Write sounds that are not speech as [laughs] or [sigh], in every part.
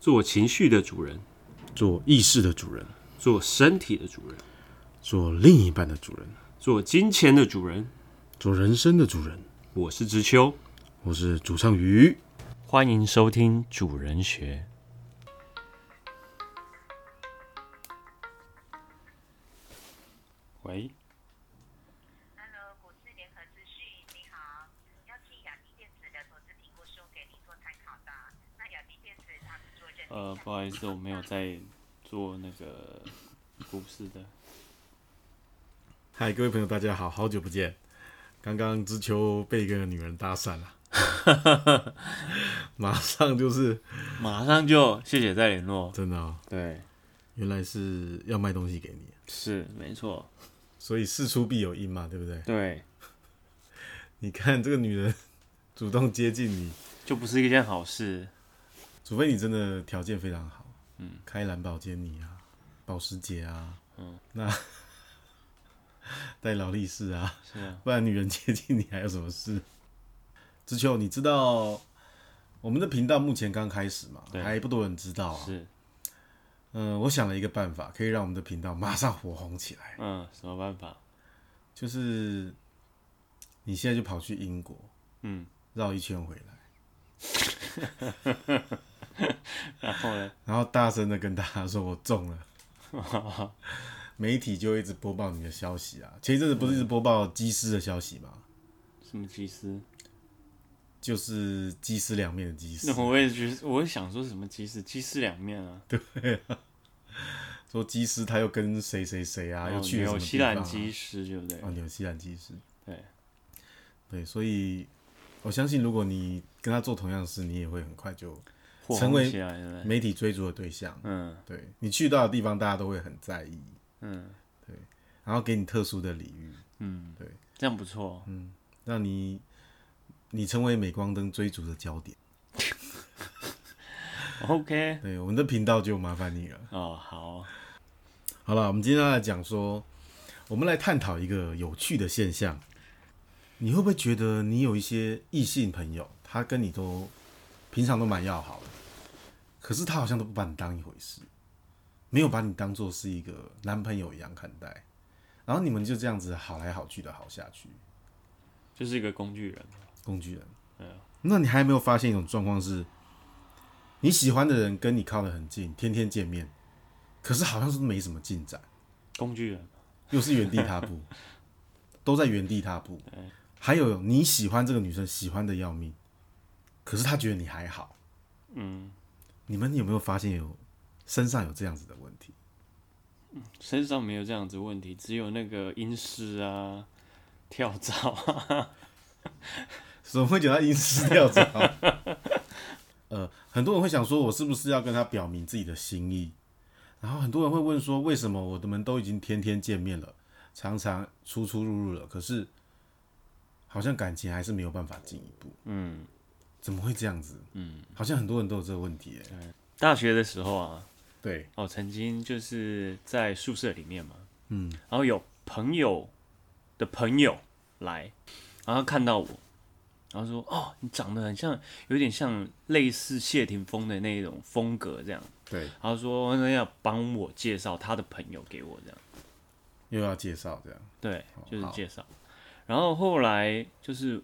做情绪的主人，做意识的主人，做身体的主人，做另一半的主人，做金钱的主人。做人生的主人。我是知秋，我是主唱鱼。欢迎收听主人学。喂， Hello，股市联合资讯，你好，邀请雅迪电子的投资评估书给您做参考的。那雅迪电子它是做认呃，不好意思，我没有在做那个股市的。嗨，各位朋友，大家好，好久不见。刚刚知秋被一个女人搭讪了， [laughs] 马上就是马上就谢谢再联络。真的、哦，对，原来是要卖东西给你，是没错，所以事出必有因嘛，对不对？对，你看这个女人主动接近你，就不是一件好事。除非你真的条件非常好，嗯，开兰宝坚尼啊，保时捷啊，嗯，那 [laughs] 戴劳力士啊，是啊，不然女人接近你还有什么事？ [laughs] 知秋，你知道我们的频道目前刚开始嘛，对还不多人知道啊。是，嗯、我想了一个办法，可以让我们的频道马上火红起来，嗯，什么办法？就是你现在就跑去英国，嗯，绕一圈回来，然后呢？然后大声的跟大家说我中了，媒体就会一直播报你的消息啊。前一阵子不是一直播报机师的消息吗？ [laughs] 什么鸡丝？就是鸡丝两面的鸡丝那，我也觉得，我也想说什么鸡丝？鸡丝两面啊，说鸡丝他又跟谁谁谁啊，然又后去了什纽么哦西地方、啊。兰鸡丝，对不对？啊，纽西兰技师。对，对，所以我相信，如果你跟他做同样的事，你也会很快就火成红为起来，对不对？媒体追逐的对象。嗯对你去到的地方，大家都会很在意，嗯然后给你特殊的礼遇，嗯，对，这样不错。嗯让你你成为镁光灯追逐的焦点。 OK，对，我们的频道就麻烦你了。哦，好，好了，我们今天要来讲说，我们来探讨一个有趣的现象。你会不会觉得你有一些异性朋友，他跟你都平常都蛮要好的，可是他好像都不把你当一回事，没有把你当做是一个男朋友一样看待，然后你们就这样子好来好去的好下去，就是一个工具人。工具人。对啊那你还有没有发现一种状况是，你喜欢的人跟你靠得很近，天天见面，可是好像是没什么进展。工具人，又是原地踏步，都在原地踏步。还有你喜欢这个女生，喜欢的要命，可是她觉得你还好。嗯，你们有没有发现有身上有这样子的问题？身上没有这样子的问题，只有那个阴湿啊、跳蚤啊，怎么会讲到阴湿掉子？ [laughs] 呃，很多人会想说，我是不是要跟她表明自己的心意？然后很多人会问说，为什么我们都已经天天见面了，常常出出入入了，可是好像感情还是没有办法进一步？嗯，怎么会这样子？嗯，好像很多人都有这个问题、欸。大学的时候啊，对，哦，曾经就是在宿舍里面嘛，嗯，然后有朋友的朋友来，然后看到我，然后说：“哦，你长得很像，有点像类似谢霆锋的那种风格这样。”对，然后说哦那要帮我介绍他的朋友给我这样。又要介绍这样。对，就是哦好介绍。然后后来就是、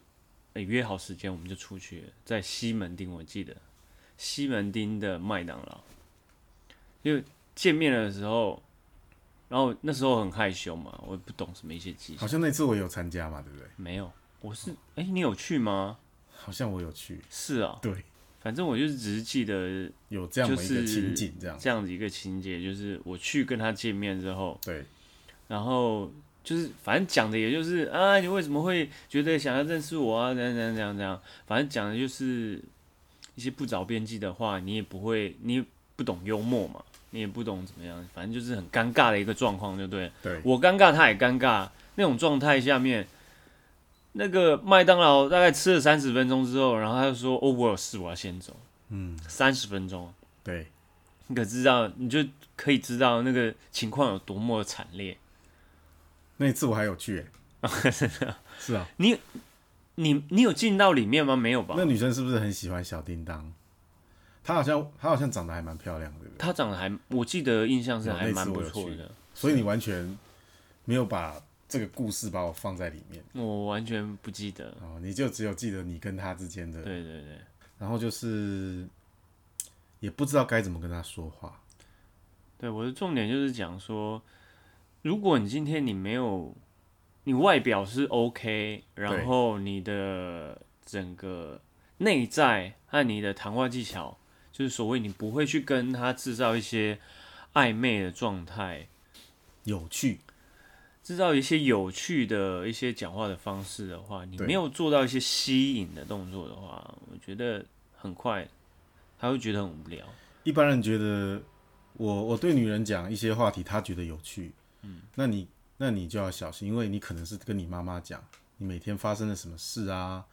诶约好时间，我们就出去了，在西门町，我记得西门町的麦当劳，就见面的时候，然后那时候很害羞嘛，我也不懂什么一些技巧好，像那次我有参加嘛，对不对？没有，我是哎、你有去吗？好像我有去，是啊，对，反正我就是只是记得有这样的一就个是情景这样。这样子一个情节，就是我去跟他见面之后，对，然后就是反正讲的也就是啊，你为什么会觉得想要认识我啊？怎样怎样怎样怎样，反正讲的就是一些不着边际的话，你也不会，你也不懂幽默嘛，你也不懂怎么样，反正就是很尴尬的一个状况，对不对？对我尴尬，他也尴尬，那种状态下面。那个麦当劳大概吃了三十分钟之后，然后他就说：“哦，我有事，我要先走。”嗯，三十分钟，对，你可知道，你就可以知道那个情况有多么的惨烈。那一次我还有去、 [laughs] 欸，是啊，你你你有进到里面吗？没有吧那？女生是不是很喜欢小叮当？她好像她好像长得还蛮漂亮的，对不对？她长得还，我记得印象是有还那次蛮不我有错去的，所以你完全没有把这个故事把我放在里面我完全不记得。哦，你就只有记得你跟她之间的，对对对，然后就是也不知道该怎么跟她说话，对我的重点就是讲说，如果你今天你没有，你外表是 OK，然后你的整个内在和你的谈话技巧，就是所谓你不会去跟他制造一些暧昧的状态，有趣，制造一些有趣的一些讲话的方式的话，你对没有做到一些吸引的动作的话，我觉得很快他会觉得很无聊。一般人觉得我我对女人讲一些话题，她觉得有趣，嗯，那你那你就要小心，因为你可能是跟你妈妈讲你每天发生了什么事啊，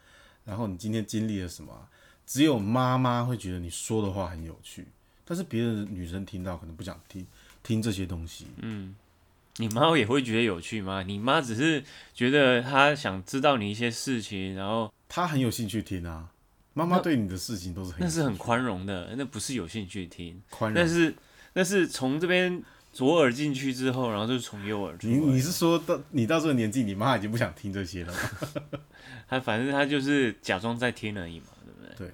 然后你今天经历了什么啊、只有妈妈会觉得你说的话很有趣，但是别的女生听到可能不想听听这些东西，嗯你妈也会觉得有趣吗？你妈只是觉得她想知道你一些事情，然后她很有兴趣听啊。妈妈对你的事情都是很有那是很兴趣宽容的，那不是有兴趣听，宽容那，是那是从这边左耳进去之后，然后就是从右耳出你你来。是说到你到这个年纪，你妈已经不想听这些了吗？她反正她就是假装在听而已嘛，对不对？对，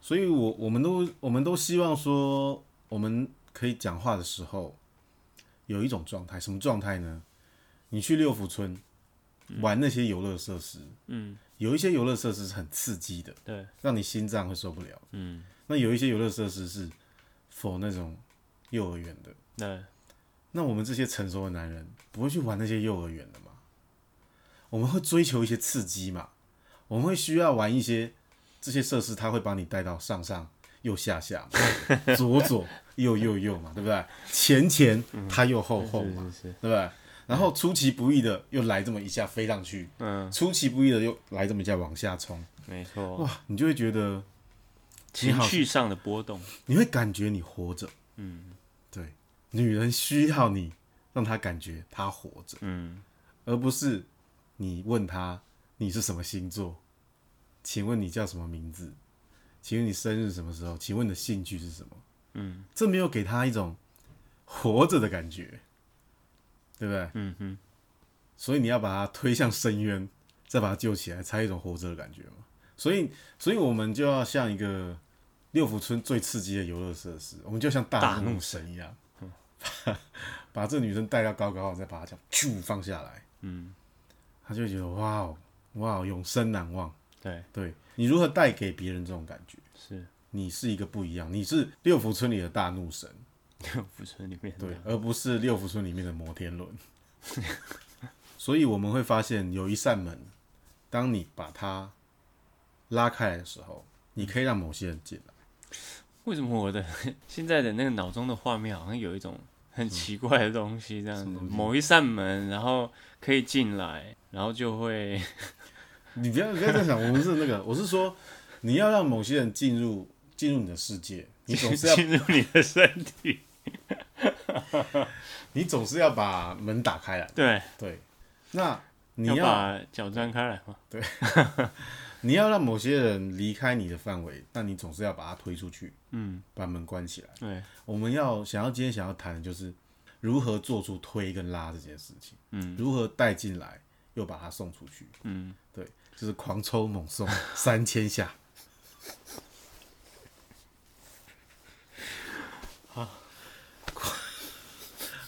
所以我我们都我们都希望说，我们可以讲话的时候有一种状态，什么状态呢？你去六福村玩那些游乐设施，嗯，有一些游乐设施是很刺激的，对，让你心脏会受不了。嗯，那有一些游乐设施是否那种幼儿园的？那那我们这些成熟的男人不会去玩那些幼儿园的嘛？我们会追求一些刺激嘛？我们会需要玩一些这些设施，它会把你带到上上又下下 [laughs] 嘛左左右右右嘛，对不对？前前它又后后嘛，嗯是是，对不对？然后出其不意的又来这么一下飞上去，嗯，出其不意的又来这么一下往下冲，没错，哇，你就会觉得情绪上的波动，你会感觉你活着，嗯，对，女人需要你让她感觉她活着。嗯，而不是你问他你是什么星座，请问你叫什么名字，请问你生日什么时候，请问你的兴趣是什么？嗯，这没有给他一种活着的感觉，对不对？嗯 [laughs] 哼，所以你要把他推向深渊， [laughs] 再把他救起来，才有一种活着的感觉嘛。所以，所以我们就要像一个六福村最刺激的游乐设施，我们就像大大怒怒神一样， [laughs] 把把这女生带到高高，再把她这样啾放下来，嗯，他就会觉得哇哦，哇哦，永生难忘。对，对你如何带给别人这种感觉？是你是一个不一样，你是六福村里的大怒神，六福村里面的对，而不是六福村里面的摩天轮。所以我们会发现有一扇门，当你把它拉开来的时候，你可以让某些人进来。为什么我的现在的那个脑中的画面好像有一种很奇怪的东西，这样子，某一扇门，然后可以进来，然后就会，你不要不要再想，我们是那个，我是说，你要让某些人进入进入你的世界，你总是要进入你的身体。你总是要把门打开来。对， [laughs] 对，那你要要把脚张开来嘛。你要让某些人离开你的范围，那你总是要把他推出去，嗯，把门关起来。对，我们要想要今天想要谈的就是如何做出推跟拉这件事情，嗯，如何带进来又把他送出去，嗯，对，就是狂抽猛送 [laughs] 三千下。狂啊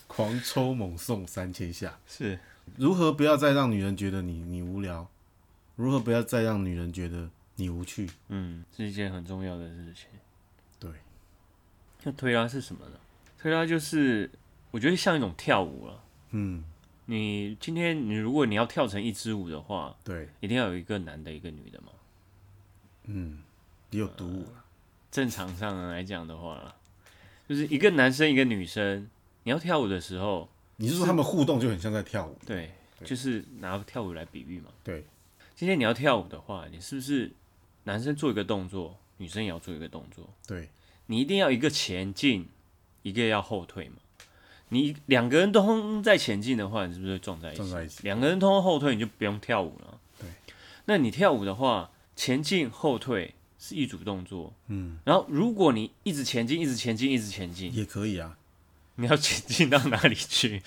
狂抽猛送三千下，是，如何不要再让女人觉得你你无聊？如何不要再让女人觉得你无趣？嗯，是一件很重要的事情。对，那推拉是什么呢？推拉就是我觉得像一种跳舞了。嗯，你今天你如果你要跳成一支舞的话，对，一定要有一个男的，一个女的嘛。嗯，也有啊独舞了，正常上来讲的话啦，就是一个男生一个女生，你要跳舞的时候，你是说他们互动就很像在跳舞？对，就是拿跳舞来比喻嘛。对，今天你要跳舞的话，你是不是男生做一个动作，女生也要做一个动作？对，你一定要一个前进，一个要后退嘛。你两个人都轰在前进的话，你是不是会撞在一起？撞在一起两个人通通后退，你就不用跳舞了。对，那你跳舞的话，前进后退，是一组动作，嗯，然后如果你一直前进，一直前进，一直前进，也可以啊，你要前进到哪 [laughs] 里去？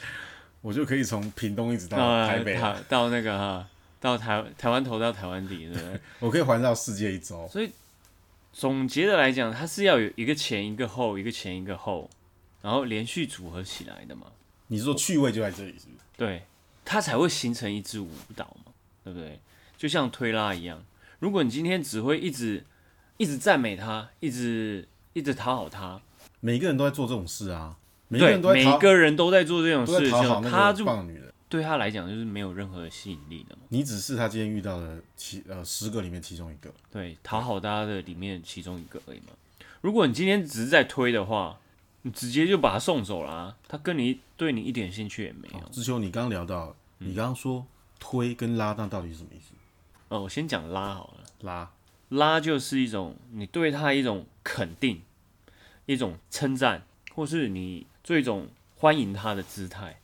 我就可以从屏东一直到到台北啊，到到那个哈，到台台湾头到台湾底，对不 [laughs] 对？我可以环绕世界一周。所以总结的来讲，它是要有一个前一个后，一个前一个后，然后连续组合起来的嘛，你是说趣味就在这里，是不是？对，它才会形成一支舞蹈嘛，对不对？就像推拉一样，如果你今天只会一直一直赞美他，一直一直讨好他，每个人都在做这种事啊，每个对，人都在每讨个人都在做这种都在事讨好情，他那个就棒女人。对他来讲就是没有任何吸引力的嘛。你只是他今天遇到的其呃十个里面其中一个，对，讨好大家的里面其中一个而已嘛。如果你今天只是在推的话，你直接就把他送走啦、啊他跟你对你一点兴趣也没有。哦嗯知秋，你刚刚聊到，你刚刚说推跟拉，那到底是什么意思？哦，我先讲拉好了，拉拉就是一种你对他一种肯定，一种称赞，或是你做一种欢迎他的姿态，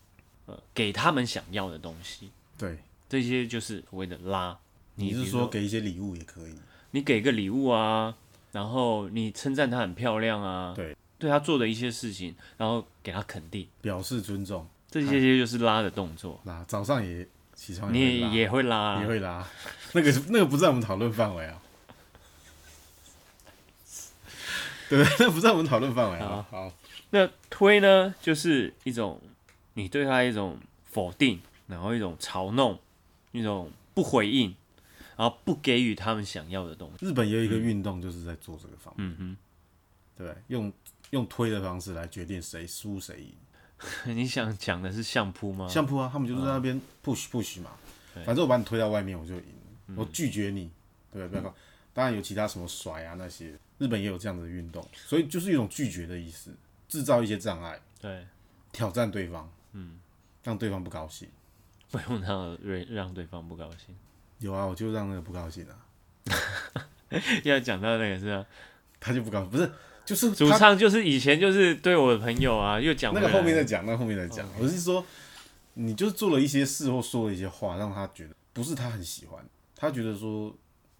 呃，给他们想要的东西，对，这些就是所谓的拉。你比是如说给一些礼物也可以，你给个礼物啊，然后你称赞她很漂亮啊，对，对她做的一些事情，然后给她肯定，表示尊重。这些些就是拉的动作，拉早上也起床你也会拉也也会拉、啊，也会拉，那个那个不在我们讨论范围啊， [laughs] 对不对？那不在我们讨论范围啊。好，那推呢，就是一种你对他一种否定，然后一种嘲弄，一种不回应，然后不给予他们想要的东西。日本也有一个运动就是在做这个方面，嗯哼。对不对？用用推的方式来决定谁输谁赢。 [laughs] 你想讲的是相扑吗？相扑啊，他们就是在那边 push push 嘛，反正我把你推到外面我就赢，我拒绝你，对不对？不要搞，当然有其他什么甩啊那些，日本也有这样的运动，所以就是一种拒绝的意思，制造一些障碍，对，挑战对方，嗯，让对方不高兴。不用让让对方不高兴。 [laughs] 有啊，我就让那个不高兴啊， [laughs] 要讲到那个是吧啊他就不高兴，不是，就是主他唱就是以前就是对我的朋友啊，哦又讲那个回来后面再讲，那个后面再讲。我是说，你就是做了一些事或说了一些话，让他觉得不是他很喜欢，他觉得说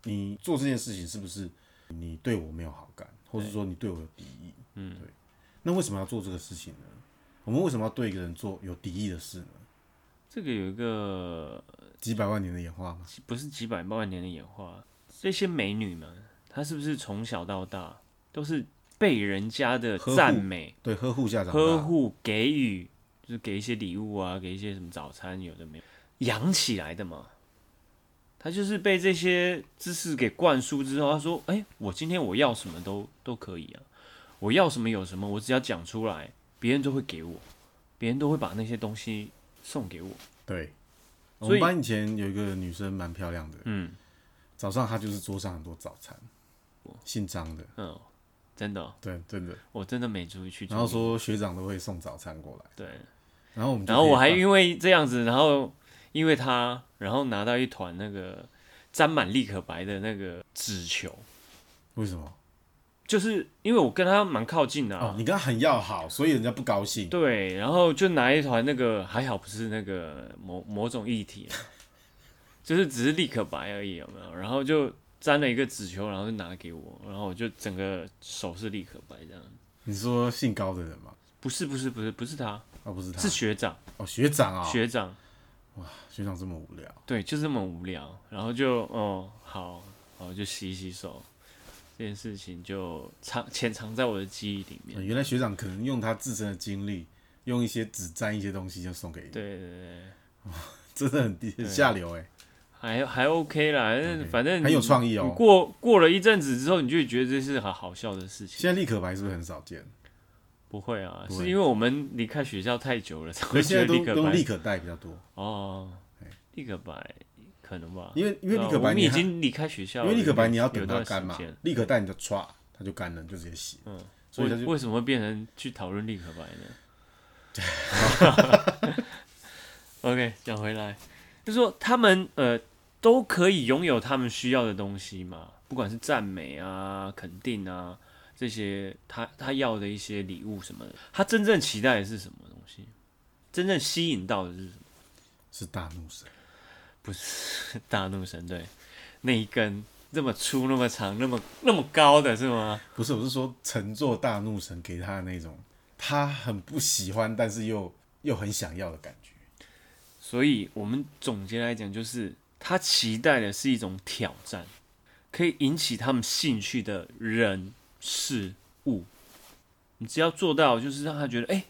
你做这件事情是不是你对我没有好感，或是说你对我有敌意？嗯，对。那为什么要做这个事情呢？我们为什么要对一个人做有敌意的事呢？这个有一个几百万年的演化嘛，不是几百万年的演化，这些美女们，她是不是从小到大都是被人家的呵护赞美、对，呵护下长呵大，护、给予，就是给一些礼物啊，给一些什么早餐，有的没有养起来的嘛？她就是被这些知识给灌输之后，她说：“哎、我今天我要什么都都可以啊，我要什么有什么，我只要讲出来，别人就会给我，别人都会把那些东西送给我。”对。我所们以班以前有一个女生蛮漂亮的，嗯早上她就是桌上很多早餐，姓张的，嗯，真的哦、对，真的。我真的没注意去注意。然后说学长都会送早餐过来，对，然后我们就然后我还可以因为这样子，然后因为他，然后拿到一团那个沾满立可白的那个纸球，把为什么？就是因为我跟他蛮靠近的、哦啊，，你跟他很要好，所以人家不高兴。对，然后就拿一团那个，还好不是那个某某种液体啊、 [laughs] 就是只是立可白而已，有没有？然后就沾了一个纸球，然后就拿给我，然后我就整个手是立可白这样。你说姓高的人吗？不是不是不是不是他，哦，不是他，是学长哦学长啊、学长，学长这么无聊，对，就这么无聊，然后就哦好，然后就洗一洗手，这件事情就藏潜藏在我的记忆里呃面。原来学长可能用他自身的经历，用一些只沾一些东西就送给你，对对对，真的很低很下流哎、还还 OK 啦，反正很有创意意哦你。过过了一阵子之后，你就会觉得这是很好笑的事情。现在立可白是不是很少见？不会啊，不会是因为我们离开学校太久了，才所会以现在觉都得立可用立白可带比较多，哦，立可白可能吧，因为因为立哦可白我们你已还经离开学校因了，为立可白你要有等一它段干时嘛间。？立可带你就歘，它就干了，你就直接洗。嗯，所以它为就为什么会变成去讨论立可白呢 [laughs] [laughs]？OK，讲回来，就说他们呃都可以拥有他们需要的东西嘛，不管是赞美啊、肯定啊这些他他要的一些礼物什么的，他真正期待的是什么东西？真正吸引到的是什么？ [laughs] 是大怒神，大怒神对，那一根这么粗、那么长、那么那么高的是吗？不是，我是说乘坐大怒神给他的那种，他很不喜欢，但是又又很想要的感觉。所以我们总结来讲，就是他期待的是一种挑战，可以引起他们兴趣的人事物。你只要做到，就是让他觉得，哎、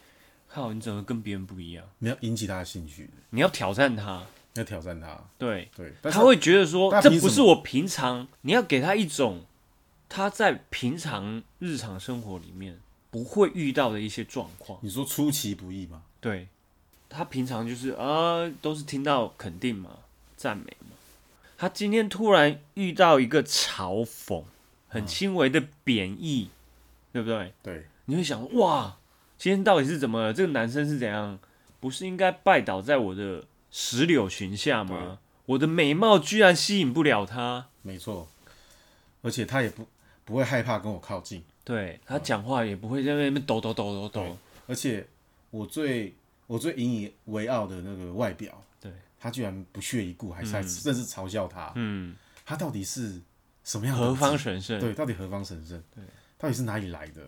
靠，你怎么跟别人不一样？你要引起他的兴趣，你要挑战他，要挑战他，对，对，但是他会觉得说但这凭不什是么我平常，你要给他一种他在平常日常生活里面不会遇到的一些状况。你说出其不意嘛，对，他平常就是啊、都是听到肯定嘛、赞美嘛。他今天突然遇到一个嘲讽，很轻微的贬义，对不对？对，你会想哇，今天到底是怎么了？这个男生是怎样？不是应该拜倒在我的石榴裙下吗？我的美貌居然吸引不了他。没错，而且他也不不会害怕跟我靠近，对他讲话也不会在那边抖抖抖抖抖对。而且我最我最引以为傲的那个外表，对他居然不屑一顾，还是还甚至嘲笑他，嗯，他到底是什么样的何方人神圣？对，到底何方神圣？对，到底是哪里来的？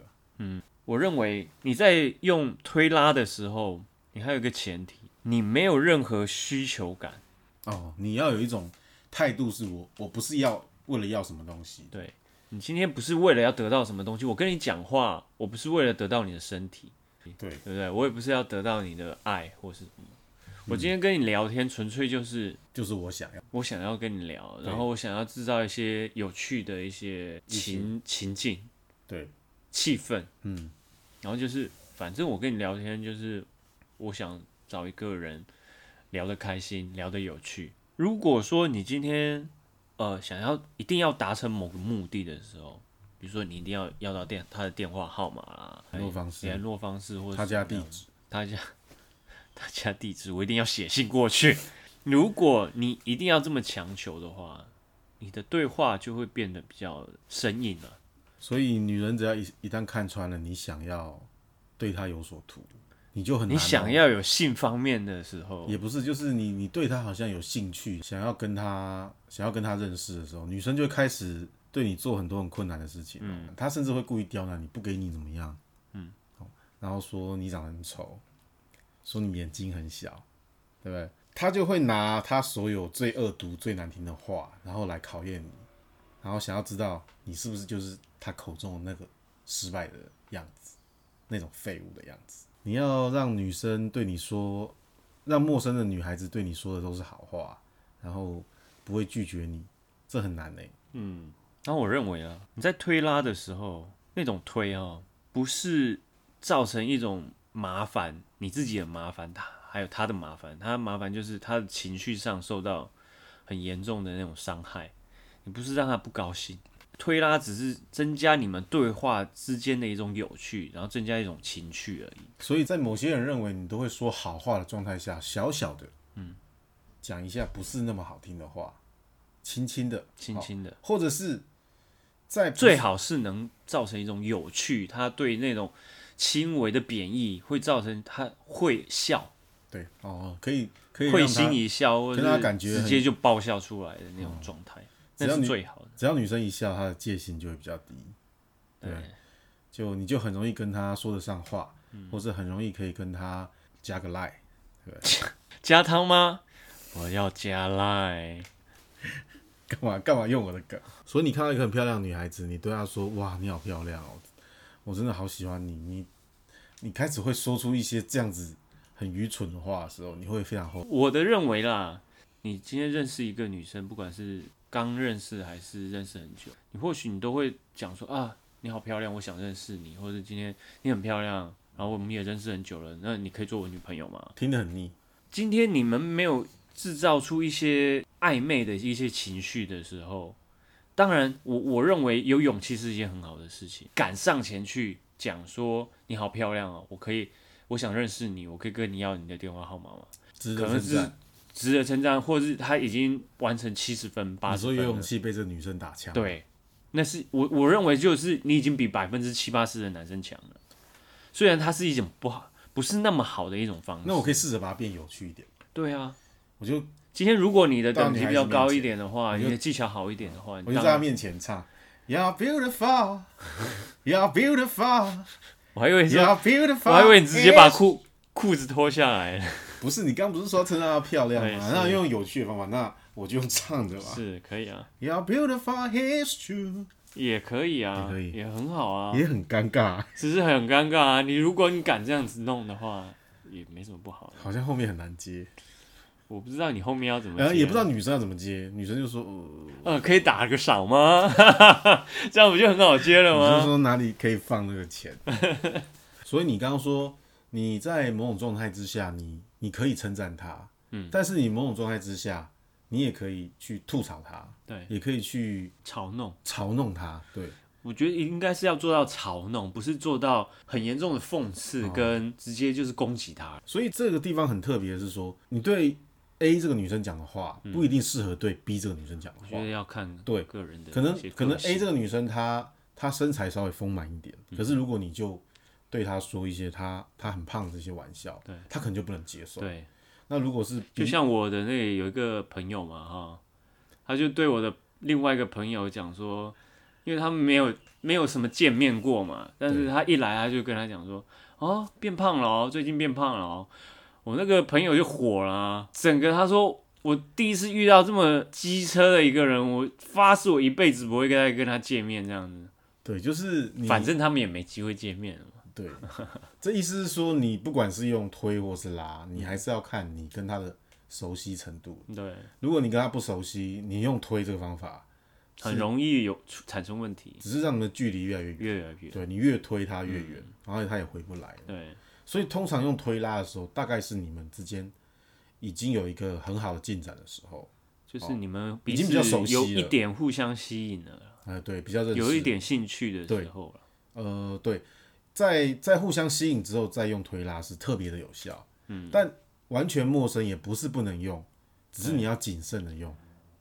我认为你在用推拉的时候，你还有一个前提，你没有任何需求感。哦，你要有一种态度，是我我不是要为了要什么东西，对你今天不是为了要得到什么东西，我跟你讲话，我不是为了得到你的身体，对对不对？我也不是要得到你的爱或是什么。我今天跟你聊天，纯粹就是就是我想要。我想要跟你聊，对然后我想要制造一些有趣的一些情情境。对，气氛，嗯，然后就是反正我跟你聊天，就是我想找一个人聊得开心，聊得有趣。如果说你今天呃想要一定要达成某个目的的时候，比如说你一定要要到电他的电话号码啦、联络方式联络方式或者他家地址，他家 [laughs] 他家地址，我一定要写信过去。 [laughs] 如果你一定要这么强求的话，你的对话就会变得比较生硬了、所以女人只要一一旦看穿了，你想要对她有所图，你就很难、哦你想。要有性方面的时候，也不是，就是你你对她好像有兴趣，想要跟她想要跟她认识的时候，女生就会开始对你做很多很困难的事情。嗯，她甚至会故意刁难你，不给你怎么样。嗯，然后说你长得很丑，说你眼睛很小，对不对？她就会拿她所有最恶毒、最难听的话，然后来考验你，然后想要知道你是不是就是她口中的那个失败的样子，那种废物的样子。你要让女生对你说让陌生的女孩子对你说的都是好话，然后不会拒绝你，这很难呢、欸然后我认为啊，你在推拉的时候，那种推哦，不是造成一种麻烦，你自己的麻烦，他还有他的麻烦，他的麻烦就是他的情绪上受到很严重的那种伤害，你不是让他不高兴。推拉只是增加你们对话之间的一种有趣，然后增加一种情趣而已。所以在某些人认为你都会说好话的状态下，小小的，嗯，讲一下不是那么好听的话，轻轻的，轻轻的哦或者是在不最好是能造成一种有趣，他对那种轻微的贬义会造成他会笑，对哦，可以可以会让她心一笑，或可以让他者感是觉直很哦接就爆笑出来的那种状态，只要那是你最好的。只要女生一笑，她的戒心就会比较低，对，就你就很容易跟她说得上话，嗯或是很容易可以跟她加个 lie，加汤吗？我要加赖，干嘛干嘛用我的梗？所以你看到一个很漂亮的女孩子，你对她说：“哇，你好漂亮哦，我真的好喜欢你。”你你开始会说出一些这样子很愚蠢的话的时候，你会非常后悔。我的认为啦，你今天认识一个女生，不管是刚认识还是认识很久，你或许你都会讲说啊，你好漂亮，我想认识你，或者今天你很漂亮，然后我们也认识很久了，那你可以做我女朋友吗？听得很腻。今天你们没有制造出一些暧昧的一些情绪的时候，当然我，我认为有勇气是一件很好的事情。敢上前去讲说你好漂亮哦，我可以，我想认识你，我可以跟你要你的电话号码吗？值可得能称是赞。值得称赞，或是他已经完成七十分、八你十说分有了。勇气被这女生打枪，，对，那是我我认为就是你已经比百分之七八十的男生强了。虽然它是一种不好，不是那么好的一种方式。那我可以试着把它变有趣一点。对啊，我就今天如果你的等级比较高一点的到话，女孩子面前你的技巧好一点的话，我你就当在他面前唱，You're beautiful, You're beautiful, 我还以为 [laughs] 你说 You're beautiful。我还以为你直接把裤裤子脱下来了，不是你刚不是说称赞她漂亮对吗？是那用有趣的方法，那我就用唱的吧。 [laughs] 是可以啊， You're beautiful, he's true，也可以啊，也可以很好啊，也很尴尬，只是很尴尬啊。你如果你敢这样子弄的话，也没什么不好的。好像后面很难接，我不知道你后面要怎么接，啊然后呃也不知道女生要怎么接，女生就说，呃，可以打个赏吗？ [laughs] 这样不就很好接了呃，女生吗？说哪里可以放那个 [laughs] 钱？所以你刚刚说你在某种状态之下，你你可以称赞她，嗯，但是你某种状态之下，你也可以去吐槽她，对，嗯也可以去嘲弄，嘲弄她，对，我觉得应该是要做到嘲弄，不是做到很严重的讽刺哦跟直接就是攻击他。所以这个地方很特别，是说你对 A 这个女生讲的话，嗯不一定适合对 B 这个女生讲的我话觉。得要看对个人的可能一些个可能 A 性嗯这个女生她她身材稍微丰满一点，可是如果你就对她说一些她她很胖的这些玩笑，对她可能就不能接受。对，那如果是 B, 就像我的那个有一个朋友嘛哈，他就对我的另外一个朋友讲说，因为他们没有没有什么见面过嘛，但是对他一来他就跟他讲说，哦，变胖了哦，最近变胖了哦，我那个朋友就火了啊、整个他说。我第一次遇到这么机车的一个人，我发誓我一辈子不会跟他跟他见面这样子。对，就是你反正他们也没机会见面了嘛。对， [laughs] 这意思是说你不管是用推或是拉，你还是要看你跟她的熟悉程度。对，如果你跟她不熟悉，你用推这个方法，很容易有出产生问题，只是让你们的距离越来越远。越嗯来越对你越推她越远，然后她也回不来了。对所以通常用推拉的时候，大概是你们之间已经有一个很好的进展的时候，就是你们哦彼已经比较此熟悉有了一点互相吸引了，呃，对，比较认识，有一，点兴趣的时对候了。呃，对，在在互相吸引之后再用推拉是特别的有效，嗯，但完全陌生也不是不能用，只是你要谨慎的用，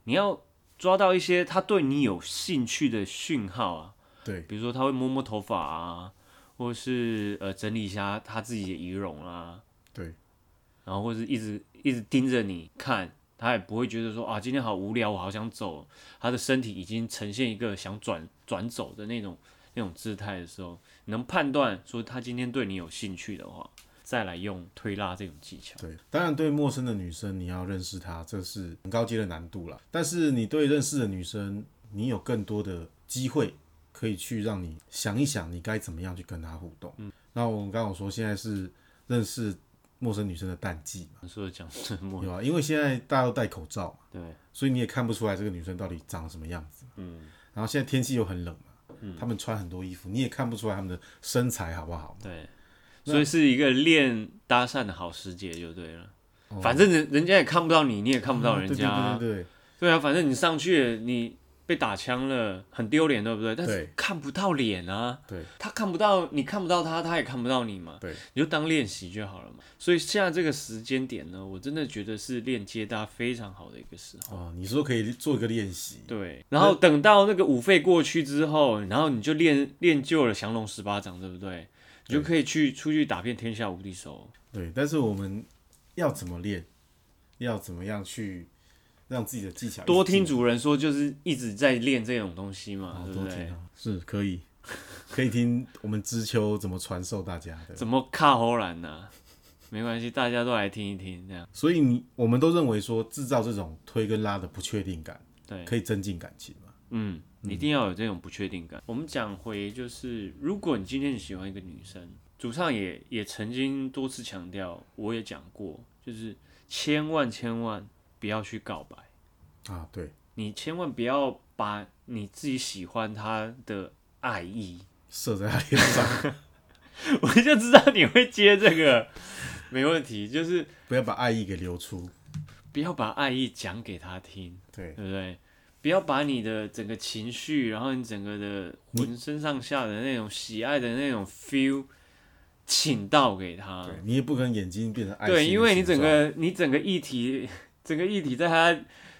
你要抓到一些他对你有兴趣的讯号啊，对，比如说他会摸摸头发啊，或是呃整理一下他自己的仪容啊，对，然后或是一直一直盯着你看，他也不会觉得说啊今天好无聊，我好想走。他的身体已经呈现一个想转转走的那种那种姿态的时候，你能判断说他今天对你有兴趣的话，再来用推拉这种技巧。对，当然对陌生的女生你要认识她，这是很高阶的难度啦。但是你对认识的女生，你有更多的机会可以去让你想一想，你该怎么样去跟她互动。嗯，那我们刚刚有说现在是认识陌生女生的淡季嘛，你说的讲沉默，有啊，因为现在大家都戴口罩嘛，对，所以你也看不出来这个女生到底长什么样子。嗯，然后现在天气又很冷嘛，她们穿很多衣服，你也看不出来她们的身材好不好嘛。对，所以是一个练搭讪的好时节就对了。反正人人家也看不到你，你也看不到人家啊、哦对对对对对，对啊，反正你上去你被打枪了，很丢脸，对不对？但是对看不到脸啊，对，他看不到你，看不到他，他也看不到你嘛。对，你就当练习就好了嘛。所以现在这个时间点呢，我真的觉得是练接搭非常好的一个时候。哦，你说可以做一个练习，对，然后等到那个五费过去之后，然后你就练练就了降龙十八掌，对不对？你就可以去出去打遍天下无敌手。对，但是我们要怎么练，要怎么样去让自己的技巧多一直进听主人说，就是一直在练这种东西嘛，步，对多不听对？啊，是可以，可以听我们知秋怎么传授大家的。怎么卡喉兰呢？ [laughs] 没关系，大家都来听一听，这样所以你我们都认为说，制造这种推跟拉的不确定感，对。可以增进感情嘛？嗯，一定要有这种不确定感。我们讲回就是，如果你今天你喜欢一个女生，主唱也也曾经多次强调，我也讲过，就是千万千万不要去告白，啊，对，你千万不要把你自己喜欢她的爱意， [laughs] 射在他脸上，我就知道你会接这个，没问题，就是不要把爱意给流出。不要把爱意讲给她听。对，对不对？不要把你的整个情绪，然后你整个的浑身上下的那种喜爱的那种 feel，请到给他。对你也不可能眼睛变成爱心对，的形状。因为你整个你整个议题， [laughs] 整个议题在他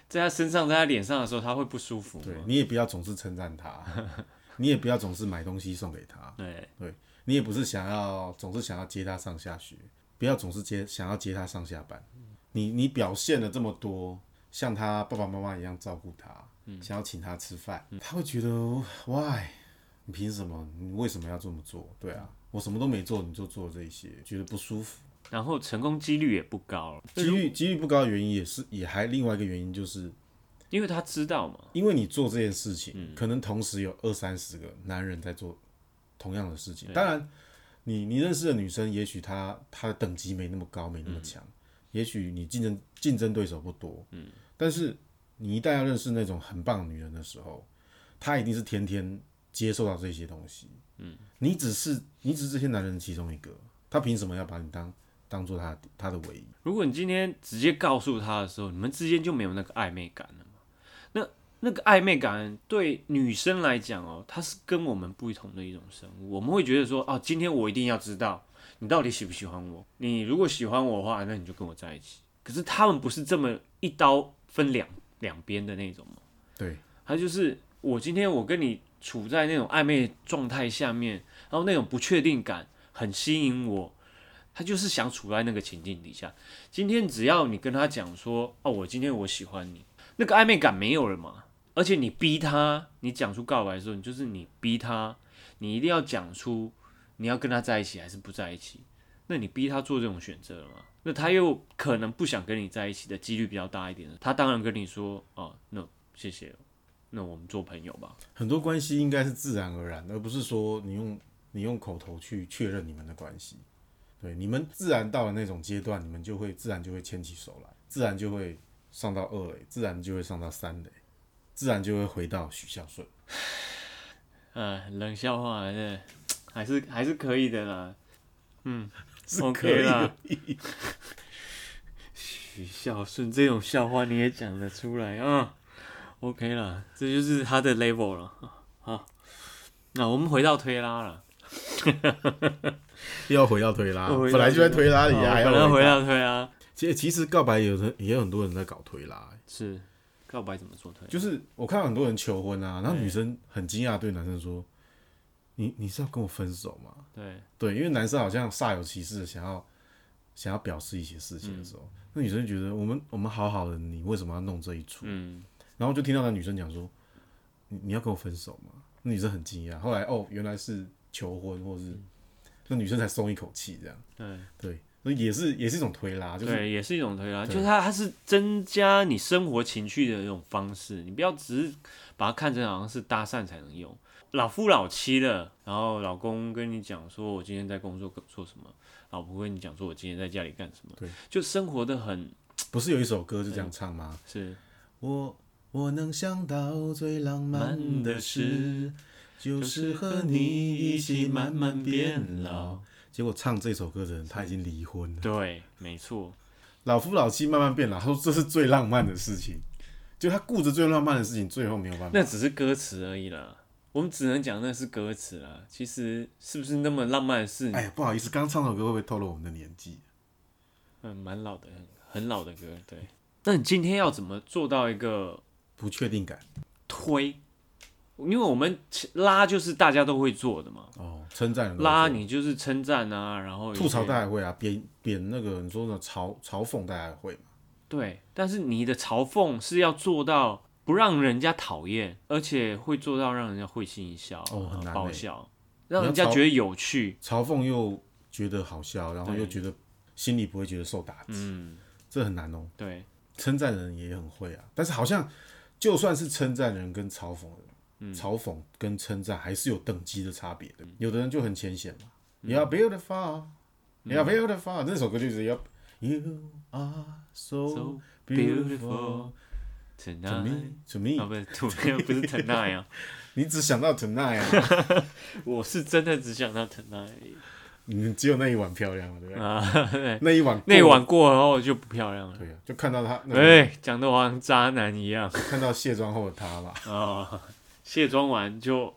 在他身上，在他脸上的时候，他会不舒服对嘛。你也不要总是称赞 [laughs] 他，你也不要总是买东西送给他。对，你也不是想要总是想要接他上下学，不要总是接想要接他上下班，你你表现了这么多，像他爸爸妈妈一样照顾他，想要请他吃饭，他会觉得 why？你凭什么？你为什么要这么做？对啊，我什么都没做，你就做这些，觉得不舒服。然后成功几率也不高了，几率几率不高的原因也是也还另外一个原因就是因为他知道嘛，因为你做这件事情，可能同时有二三十个男人在做同样的事情。当然，你你认识的女生，也许她她的等级没那么高，没那么强，也许你竞争竞争对手不多，嗯，但是你一旦要认识那种很棒的女人的时候，她一定是天天接受到这些东西，嗯，你只是你只是这些男人的其中一个，她凭什么要把你当当做她的她的唯一？如果你今天直接告诉他的时候，你们之间就没有那个暧昧感了嘛？那那个暧昧感对女生来讲哦，它是跟我们不同的一种生物。我们会觉得说，啊，今天我一定要知道你到底喜不喜欢我。你如果喜欢我的话，那你就跟我在一起。可是他们不是这么一刀分两两边的那种嘛？对，他就是我今天我跟你处在那种暧昧状态下面，然后那种不确定感很吸引我，他就是想处在那个情境底下。今天只要你跟他讲说，哦，我今天我喜欢你，那个暧昧感没有了嘛。而且你逼他，你讲出告白的时候，你就是你逼他，你一定要讲出你要跟他在一起还是不在一起。那你逼他做这种选择了嘛？那他又可能不想跟你在一起的几率比较大一点，他当然跟你说，哦，no，谢谢，那我们做朋友吧。很多关系应该是自然而然，而不是说你用你用口头去确认你们的关系。对，你们自然到了那种阶段，你们就会自然就会牵起手来，自然就会上到二垒，自然就会上到三垒，自然就会回到许孝顺。呃，冷笑话还是还是还是可以的啦。嗯是 OK 啦。许孝顺这种笑话你也讲得出来啊？OK 啦，这就是他的 level 了。好，那我们回到推拉了。又要回到推拉，又回到啊本来就在推拉里啊，还哦本来要回到。到推拉其实其实告白有的也有很多人在搞推拉、欸是告白怎么做推拉？就是我看到很多人求婚啊，然后女生很惊讶地对男生说：“你你是要跟我分手吗？”对对，因为男生好像煞有其事的想要想要表示一些事情的时候，嗯那女生就觉得我们我们好好的，你为什么要弄这一出？嗯，然后就听到那女生讲说，你你要跟我分手吗？那女生很惊讶，后来哦原来是求婚，或是、嗯那女生才松一口气这样。对对，那也是也是一种推拉，就是对，也是一种推拉，就是它它是增加你生活情趣的一种方式，你不要只是把它看成好像是搭讪才能用。老夫老妻了，然后老公跟你讲说我今天在工作做什么，老婆跟你讲说我今天在家里干什么，对，就生活的很不是有一首歌就这样唱吗？是我我能想到最浪漫的事，就是和你一起慢慢变老。结果唱这首歌的人他已经离婚了，对，没错，老夫老妻慢慢变老，他说这是最浪漫的事情，就他顾着最浪漫的事情，最后没有办法。那只是歌词而已啦，我们只能讲那是歌词啦，其实是不是那么浪漫的事，哎呀，不好意思，刚唱那首歌会不会透露我们的年纪？嗯，蛮老的，很很老的歌，对。那你今天要怎么做到一个不确定感推，因为我们拉就是大家都会做的嘛，哦，称赞人都拉会你就是称赞啊，然后有吐槽些大家也会啊，贬贬那个你说的嘲嘲讽大家也会嘛，对，但是你的嘲讽是要做到不让人家讨厌，而且会做到让人家会心一笑，哦很难爆欸笑，让要人家嘲觉得有趣，嘲讽又觉得好笑，然后又对觉得心里不会觉得受打击，嗯，这很难哦。对，称赞人也很会啊，但是好像就算是称赞人跟嘲讽人，嘲讽跟称赞还是有等级的差别的。有的人就很浅显嘛、y o u are beautiful, you are beautiful，、那首歌就是要 You are so So beautiful beautiful to me tonight。 to me，、啊，不是 to me，不是 tonight 啊，你只想到 tonight 啊， [laughs] 我是真的只想到 tonight 你只有那一晚漂亮了，对不对？啊，对，那一晚过那一晚过后就不漂亮了。对啊，就看到他，那个哎，讲的好像渣男一样。看到卸妆后的他吧。啊，卸妆完就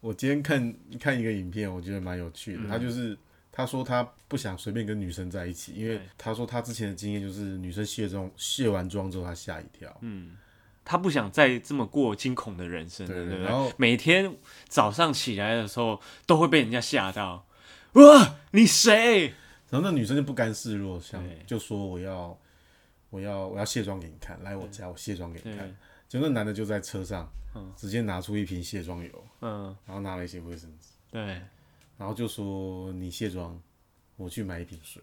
我今天看看一个影片，我觉得蛮有趣嗯的。他就是他说他不想随便跟女生在一起，因为对他说他之前的经验就是女生卸妆卸完妆之后，他吓一跳。嗯他不想再这么过惊恐的人生了，对对对不对？然后每天早上起来的时候都会被人家吓到，哇，你谁？然后那女生就不甘示弱，像对就说我要我要我要卸妆给你看，来我家我卸妆给你看对。，结果那男的就在车上，直接拿出一瓶卸妆油，嗯，然后拿了一些卫生纸，对，然后就说你卸妆，我去买一瓶水。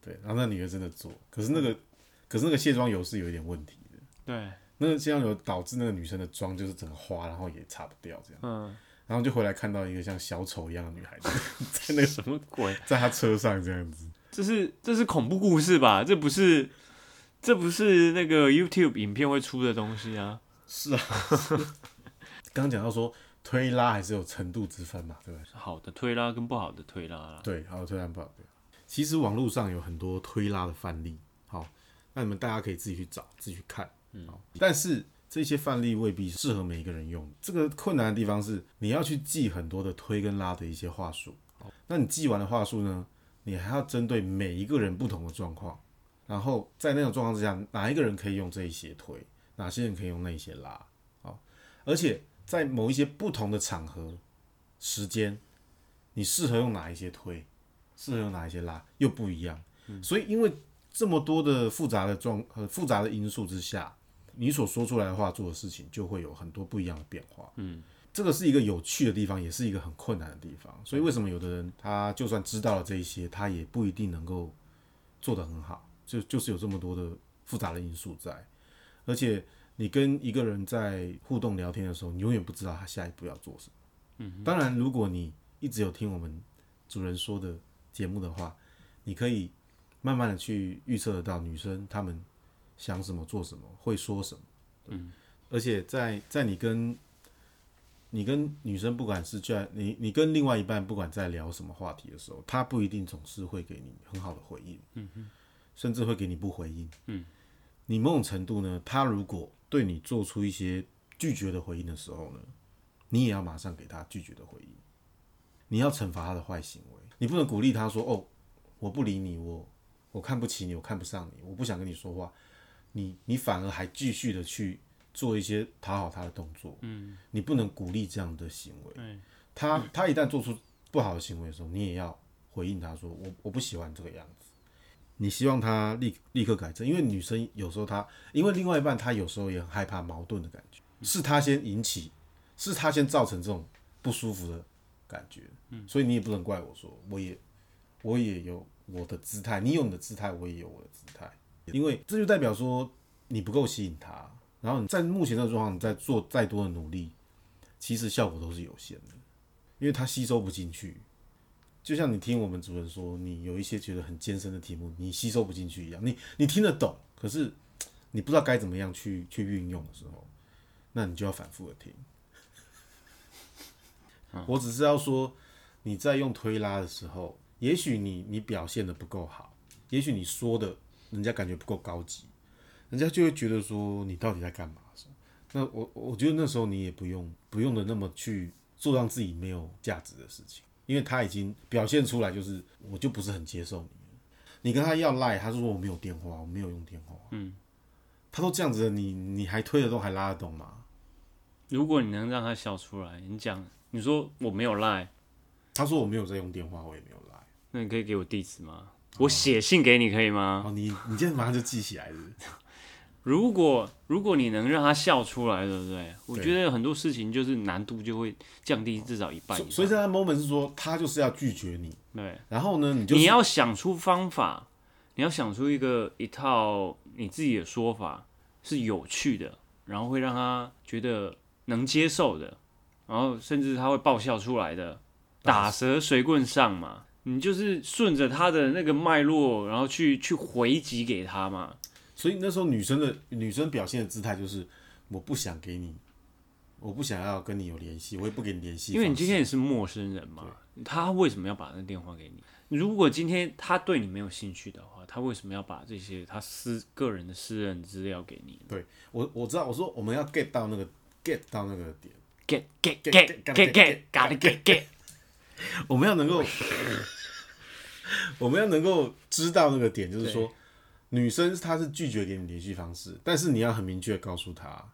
对，然后那女的真的做，可是那个可是那个卸妆油是有一点问题的，对，那个卸妆油导致那个女生的妆就是整个花，然后也擦不掉这样。嗯，然后就回来看到一个像小丑一样的女孩子在那个什么鬼？在她车上这样子。这是这是恐怖故事吧？这不是这不是那个 YouTube 影片会出的东西啊。是啊，刚刚讲到说推拉还是有程度之分嘛，对不对？好的推拉跟不好的推拉啦，对，还有推拉不好。对其实网络上有很多推拉的范例，好，那你们大家可以自己去找，自己去看。嗯，但是这些范例未必适合每一个人用。这个困难的地方是，你要去记很多的推跟拉的一些话术。那你记完的话术呢，你还要针对每一个人不同的状况，然后在那种状况之下，哪一个人可以用这一些推，哪些人可以用那一些拉。好，而且在某一些不同的场合、时间，你适合用哪一些推，适合用哪一些拉又不一样。所以因为这么多的复杂的状呃复杂的因素之下，你所说出来的话做的事情就会有很多不一样的变化。嗯，这个是一个有趣的地方，也是一个很困难的地方。所以为什么有的人他就算知道了这一些，他也不一定能够做得很好，就就是有这么多的复杂的因素在，而且。你跟一个人在互动聊天的时候，你永远不知道他下一步要做什么。嗯，当然，如果你一直有听我们主人说的节目的话，你可以慢慢的去预测得到女生她们想什么、做什么、会说什么。嗯，而且在在你跟你跟女生，不管是在你你跟另外一半，不管在聊什么话题的时候，她不一定总是会给你很好的回应。嗯甚至会给你不回应。嗯，你某种程度呢，她如果对你做出一些拒绝的回应的时候呢，你也要马上给她拒绝的回应。你要惩罚他的坏行为，你不能鼓励他说：“哦，我不理你，我我看不起你，我看不上你，我不想跟你说话。你”你反而还继续的去做一些讨好他的动作，嗯，你不能鼓励这样的行为。他他一旦做出不好的行为的时候，你也要回应他说：“我我不喜欢这个样子。”你希望他立立刻改正，因为女生有时候她，因为另外一半她有时候也很害怕矛盾的感觉，是他先引起，是他先造成这种不舒服的感觉，所以你也不能怪我说，我也我也有我的姿态，你有你的姿态，我也有我的姿态，因为这就代表说你不够吸引他，然后你在目前这个状况，你再做再多的努力，其实效果都是有限的，因为他吸收不进去。就像你听我们主任说，你有一些觉得很艰深的题目，你吸收不进去一样，你你听得懂，可是你不知道该怎么样去去运用的时候，那你就要反复的听。我只是要说，你在用推拉的时候，也许你你表现的不够好，也许你说的人家感觉不够高级，人家就会觉得说你到底在干嘛？是吧那我我觉得那时候你也不用不用的那么去做让自己没有价值的事情，因为他已经表现出来就是我就不是很接受你了。你跟他要赖，他说我没有电话，我没有用电话。嗯，他都这样子了，你你还推得动还拉得动吗？如果你能让他笑出来，你讲你说我没有赖，他说我没有在用电话，我也没有赖。那你可以给我地址吗？我写信给你可以吗？哦哦，你你今天马上就记起来了。如果如果你能让他笑出来，对不对？我对觉得很多事情就是难度就会降低至少一半以所上。所以现在 moment 是说，他就是要拒绝你，对，然后呢，你就是你要想出方法，你要想出一个一套你自己的说法是有趣的，然后会让他觉得能接受的，然后甚至他会爆笑出来啊的，打蛇随棍上嘛。你就是顺着他的那个脉络，然后去去回击给他嘛。所以那时候女生的女生表现的姿态就是，我不想给你，我不想要跟你有联系，我也不给你联系方式，因为你今天也是陌生人嘛，他为什么要把那电话给你？如果今天他对你没有兴趣的话，他为什么要把这些他私个人的私人资料给你对我我知道，我说我们要 get 到那个 get 到那个点， ？Get get get get get got get get，我们要能够， [laughs] 我们要能够知道那个点，就是说，女生她是拒绝给你联系方式，但是你要很明确地告诉她，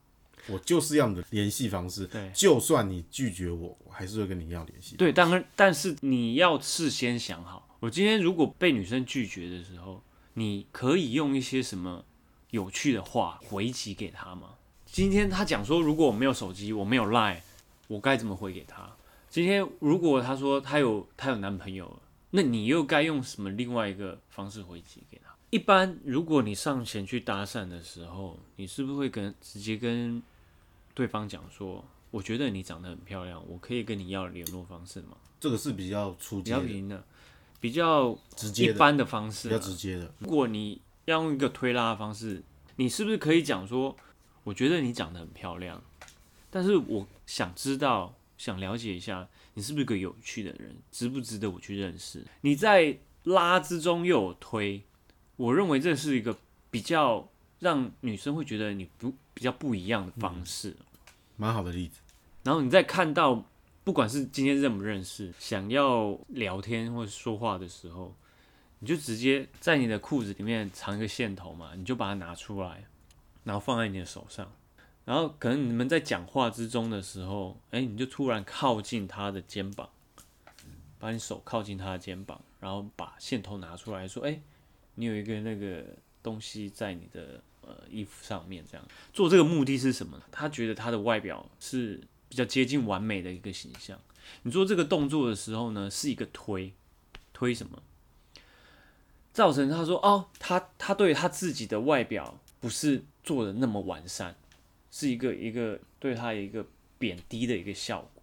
我就是要你的联系方式对，就算你拒绝我，我还是会跟你要联系。对，但但是你要事先想好，我我今天如果被女生拒绝的时候，你可以用一些什么有趣的话回击给她吗？今天她讲说，如果我没有手机，我没有 Line，我该怎么回给她？今天如果她说她有她有男朋友了，那你又该用什么另外一个方式回击给她？一般如果你上前去搭讪的时候，你是不是会跟直接跟对方讲说，我觉得你长得很漂亮，我可以跟你要联络方式吗？这个是比较初比级较的、平的，比较直一接的、般的方式比啊、较直接的。如果你要用一个推拉的方式，你是不是可以讲说，我觉得你长得很漂亮，但是我想知道，想了解一下，你是不是个有趣的人，值不值得我去认识？你在拉之中又有推，我认为这是一个比较让女生会觉得你不比较不一样的方式。蛮好的例子。然后你再看到，不管是今天认不认识，想要聊天或者说话的时候，你就直接在你的裤子里面藏一个线头嘛，你就把它拿出来，然后放在你的手上。然后可能你们在讲话之中的时候，哎，你就突然靠近他的肩膀，把你手靠近他的肩膀，然后把线头拿出来说，哎，你有一个那个东西在你的呃衣服上面，这样做这个目的是什么呢？他觉得他的外表是比较接近完美的一个形象。你做这个动作的时候呢，是一个推，推什么？造成他说哦，他他对他自己的外表不是做的那么完善，是一个一个对他一个贬低的一个效果。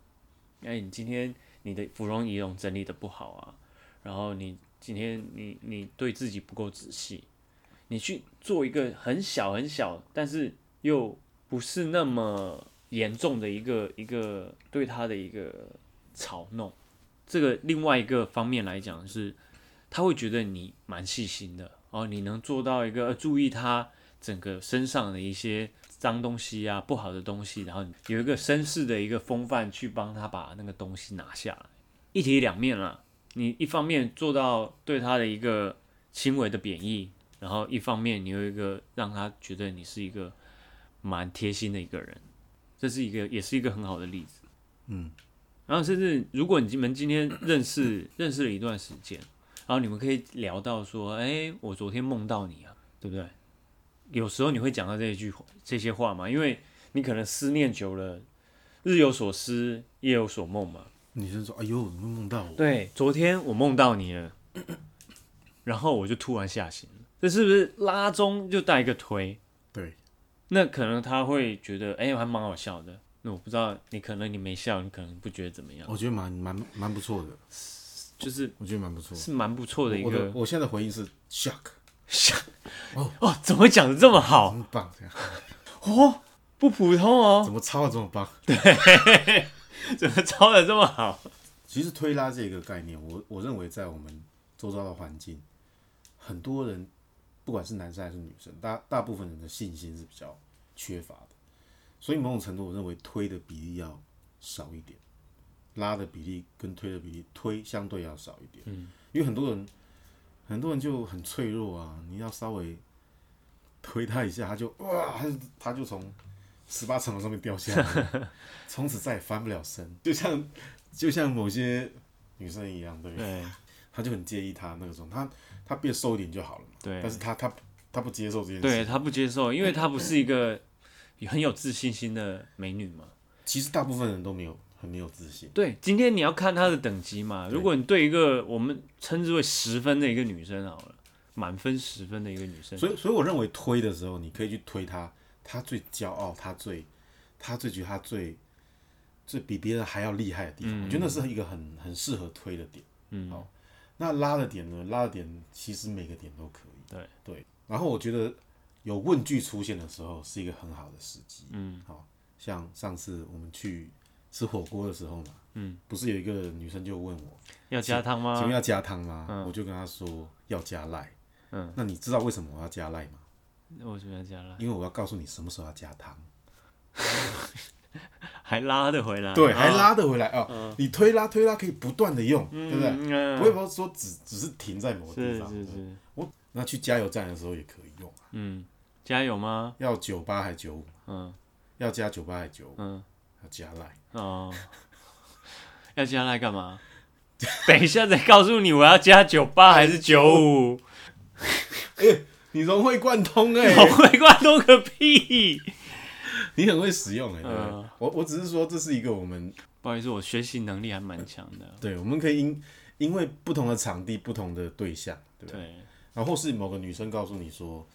哎，你今天你的芙蓉仪容整理的不好啊，然后你今天你你对自己不够仔细，你去做一个很小很小，但是又不是那么严重的一个一个对他的一个嘲弄。这个另外一个方面来讲是，他会觉得你蛮细心的哦，你能做到一个呃注意他整个身上的一些脏东西啊、不好的东西，然后有一个绅士的一个风范去帮他把那个东西拿下来，一体两面啦。你一方面做到对他的一个轻微的贬义，然后一方面你有一个让他觉得你是一个蛮贴心的一个人，这是一个也是一个很好的例子。嗯，然后甚至如果你们今天认识 [coughs] 认识了一段时间，然后你们可以聊到说，哎，我昨天梦到你啊，对不对？有时候你会讲到这一句话这些话嘛，因为你可能思念久了，日有所思，夜有所梦嘛。女生说：“哎呦，你梦到我。对，昨天我梦到你了，然后我就突然吓醒了，这是不是拉中就带一个推？对那可能他会觉得，哎、还蛮好笑的。那我不知道，你可能你没笑，你可能不觉得怎么样，我觉得蛮蛮蛮不错的，就是我觉得蛮不错。是蛮不错的一我的个我现在的回应是 shock，想。 [laughs] 哦，怎么讲的这么好？很棒，这样哦，不普通 [laughs] 怎哦，么抄的这么棒？怎么抄的这么好？其实推拉这个概念，我我认为在我们周遭的环境，很多人不管是男生还是女生，大大部分人的信心是比较缺乏的，所以某种程度，我认为推的比例要少一点，拉的比例跟推的比例，推相对要少一点。嗯，因为很多人很多人就很脆弱啊，你要稍微推他一下，他就哇，他就他就从十八层楼上面掉下来了，从此再也翻不了身，就像就像某些女生一样，对不对，对她就很介意他那个状态，她她变瘦一点就好了嘛。对但是她她她不接受这件事。对，他不接受，因为他不是一个很有自信心的美女嘛。其实大部分人都没有很没有自信。对，今天你要看她的等级嘛。如果你对一个我们称之为十分的一个女生好了，满分十分的一个女生，所以，所以我认为推的时候，你可以去推他，他最骄傲，他最，他最觉得他最，最比别人还要厉害的地方，我觉得那是一个很很适合推的点。嗯，好，那拉的点呢？拉的点其实每个点都可以。对对，然后我觉得有问句出现的时候是一个很好的时机。嗯，好像上次我们去吃火锅的时候嘛，嗯，啊不是有一个女生就问我，要加汤吗请？问要加汤吗？我就跟她说要加赖。嗯，那你知道为什么我要加赖吗？我觉得加了，因为我要告诉你什么时候要加汤。还拉得回来，对，啊还拉得回来啊、你推拉推拉可以不断的用，对不对？嗯不会说说只只是停在某个地是方。是对是，我那去加油站的时候也可以用啊，嗯，加油吗？要九八还九五，嗯要加九八还九五，嗯 [laughs] 要加赖，哦，要加来干嘛？ [laughs] 等一下再告诉你我要加九八还是九五，你融会贯通 [laughs] 哎、我会挂多 [laughs] 个屁！你很会使用哎、对不对嗯我我只是说这是一个我们不好意思，我学习能力还蛮强的。对，我们可以因因为不同的场地、不同的对象，对不对？对，然后或是某个女生告诉你说，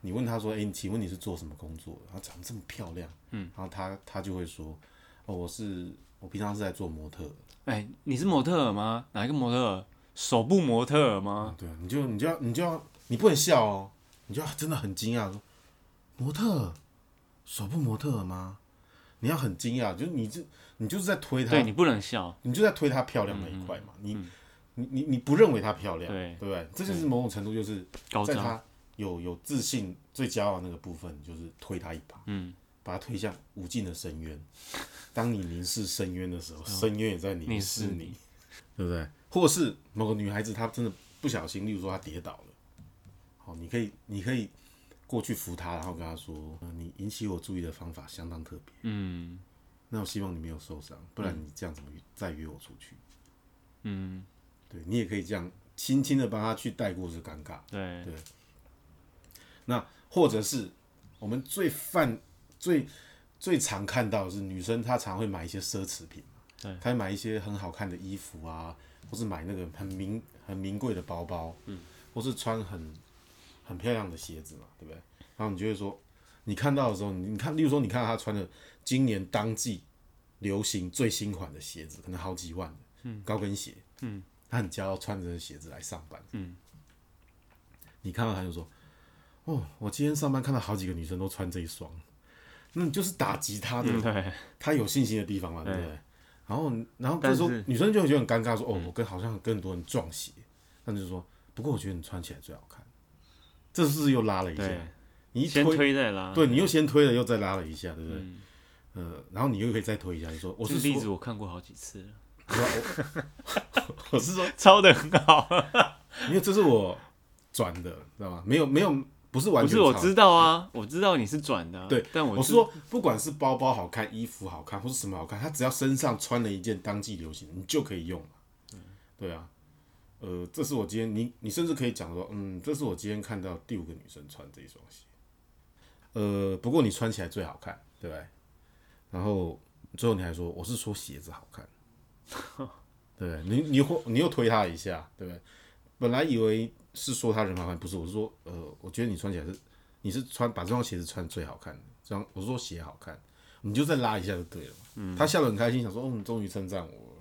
你问她说：“哎、你请问你是做什么工作的？”她长得这么漂亮，嗯，然后她她就会说：“哦，我是我平常是在做模特。哎，你是模特儿吗？哪一个模特儿？手部模特儿吗？”对啊，你就你就要你就要你不能笑哦，你就要真的很惊讶说：“模特，手部模特儿吗？”你要很惊讶，就是你就你就是在推她，对你不嗯能笑，你就在推她漂亮那一块嘛，你。你你你不认为她漂亮，对不对？这就是某种程度就是高在招。他有有自信、最骄傲的那个部分，就是推他一把，嗯，把他推向无尽的深渊。当你凝视深渊的时候，深渊也在凝视嗯凝视你，对不对？或是某个女孩子她真的不小心，例如说她跌倒了，好，你可以你可以过去扶她，然后跟她说、呃你引起我注意的方法相当特别，嗯那我希望你没有受伤，不然你这样怎么再约我出去？嗯，对你也可以这样轻轻的帮她去带过这尴尬。对对那或者是我们最犯最最常看到的是女生，她常会买一些奢侈品嘛，对她会买一些很好看的衣服啊，或是买那个很名很名贵的包包，嗯，或是穿很很漂亮的鞋子嘛，对不对？然后你就会说，你看到的时候，你你看，例如说你看到她穿的今年当季流行最新款的鞋子，可能好几万的，嗯，高跟鞋，嗯，她很骄傲穿着鞋子来上班，嗯，你看到她就说。哦，我今天上班看到好几个女生都穿这一双，那你就是打击她的，对，她有信心的地方嘛，对不对？然后，然后这时候但是嗯女生就会觉得很尴尬，说：“哦，我跟好像跟很多人撞鞋。”那你就说：“不过我觉得你穿起来最好看。”这是不是又拉了一下对？你一先推，推再拉。对你又先推了，又再拉了一下，对不对？呃，然后你又可以再推一下，你说：“我哦这是个例说子我看过好几次了，我是说抄的很好，因为这是我转的，知道吗？没有没有，不是完不全是我抄知道啊，我知道你是转的啊，对，但我我是说，不管是包包好看、衣服好看，或是什么好看，他只要身上穿了一件当季流行的，你就可以用嘛。对啊，呃，这是我今天你你甚至可以讲说，嗯，这是我今天看到第五个女生穿这一双鞋。呃，不过你穿起来最好看，对不对？然后最后你还说我是说鞋子好看，对不对？你你或你又推他一下，对不对？本来以为是说他人好看，不是，我是说，呃，我觉得你穿起来是你是穿把这双鞋子穿最好看的，这样我说鞋好看，你就再拉一下就对了嘛。嗯他笑得很开心，想说哦，你终于称赞我了。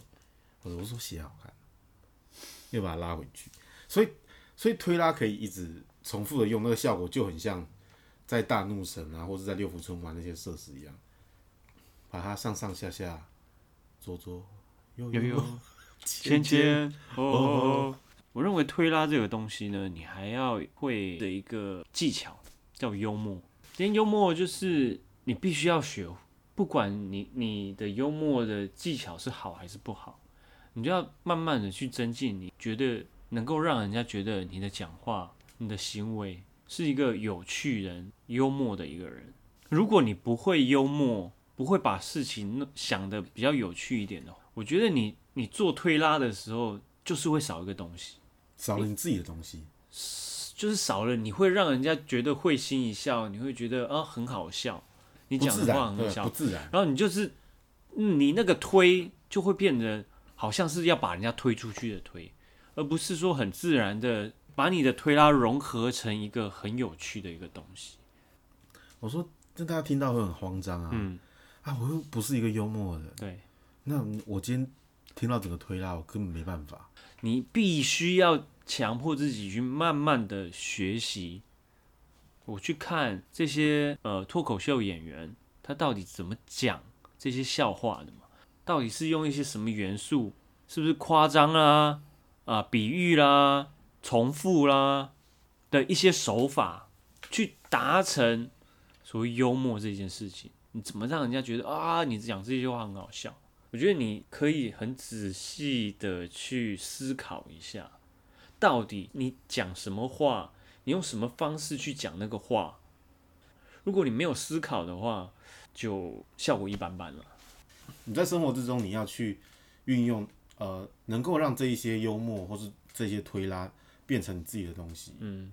我说我说鞋好看，又把他拉回去。所以所以推拉可以一直重复的用，那个效果就很像在大怒神啊，或者在六福村玩那些设施一样，把它上上下下，左左右有右有，芊芊哦哦，我认为推拉这个东西呢，你还要会的一个技巧叫幽默。今天幽默就是你必须要学，不管你你的幽默的技巧是好还是不好，你就要慢慢的去增进，你觉得能够让人家觉得你的讲话、你的行为是一个有趣人、幽默的一个人。如果你不会幽默，不会把事情弄想的比较有趣一点的话，我觉得你你做推拉的时候，就是会少一个东西，少了你自己的东西。就是少了你会让人家觉得会心一笑，你会觉得啊很好笑，你不讲自的话然，很对好，笑不，自然，然后你就是嗯你那个推就会变得好像是要把人家推出去的推，而不是说很自然的把你的推拉融合成一个很有趣的一个东西。我说，这大家听到会很慌张啊。嗯，啊，我又不是一个幽默的人，对那我今天听到整个推拉，我根本没办法。你必须要强迫自己去慢慢的学习。我去看这些呃脱口秀演员，他到底怎么讲这些笑话的嘛？到底是用一些什么元素？是不是夸张啦、啊、比喻啦、重复啦的一些手法，去达成所谓幽默这件事情？你怎么让人家觉得啊，你讲这些话很好笑？我觉得你可以很仔细的去思考一下，到底你讲什么话，你用什么方式去讲那个话。如果你没有思考的话，就效果一般般了。你在生活之中，你要去运用呃，能够让这一些幽默或是这些推拉变成你自己的东西，嗯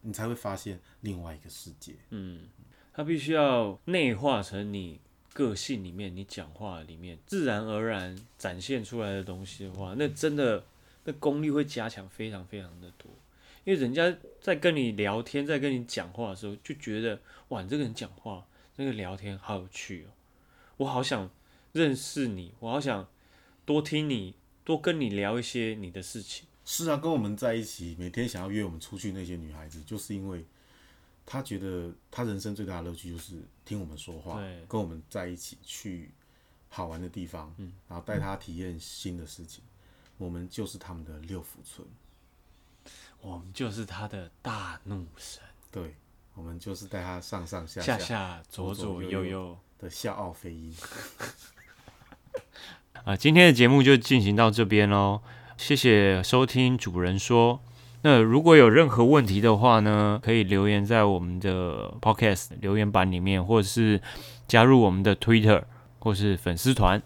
你才会发现另外一个世界。嗯，它必须要内化成你个性里面，你讲话里面自然而然展现出来的东西的话，那真的那功力会加强非常非常的多。因为人家在跟你聊天，在跟你讲话的时候，就觉得哇，你这个人讲话，这个聊天好有趣哦，我好想认识你，我好想多听你，多跟你聊一些你的事情。是啊，跟我们在一起，每天想要约我们出去那些女孩子，就是因为她觉得她人生最大的乐趣就是听我们说话对，跟我们在一起去好玩的地方，然后带她体验新的事情。我们就是他们的六福村，我们就是他的大怒神，对，我们就是带她上上下下下左左左右左右右右。的笑傲飞鹰。啊，今天的节目就进行到这边喽，谢谢收听主人说。那如果有任何问题的话呢，可以留言在我们的 Podcast 留言板里面，或者是加入我们的 Twitter 或是粉丝团。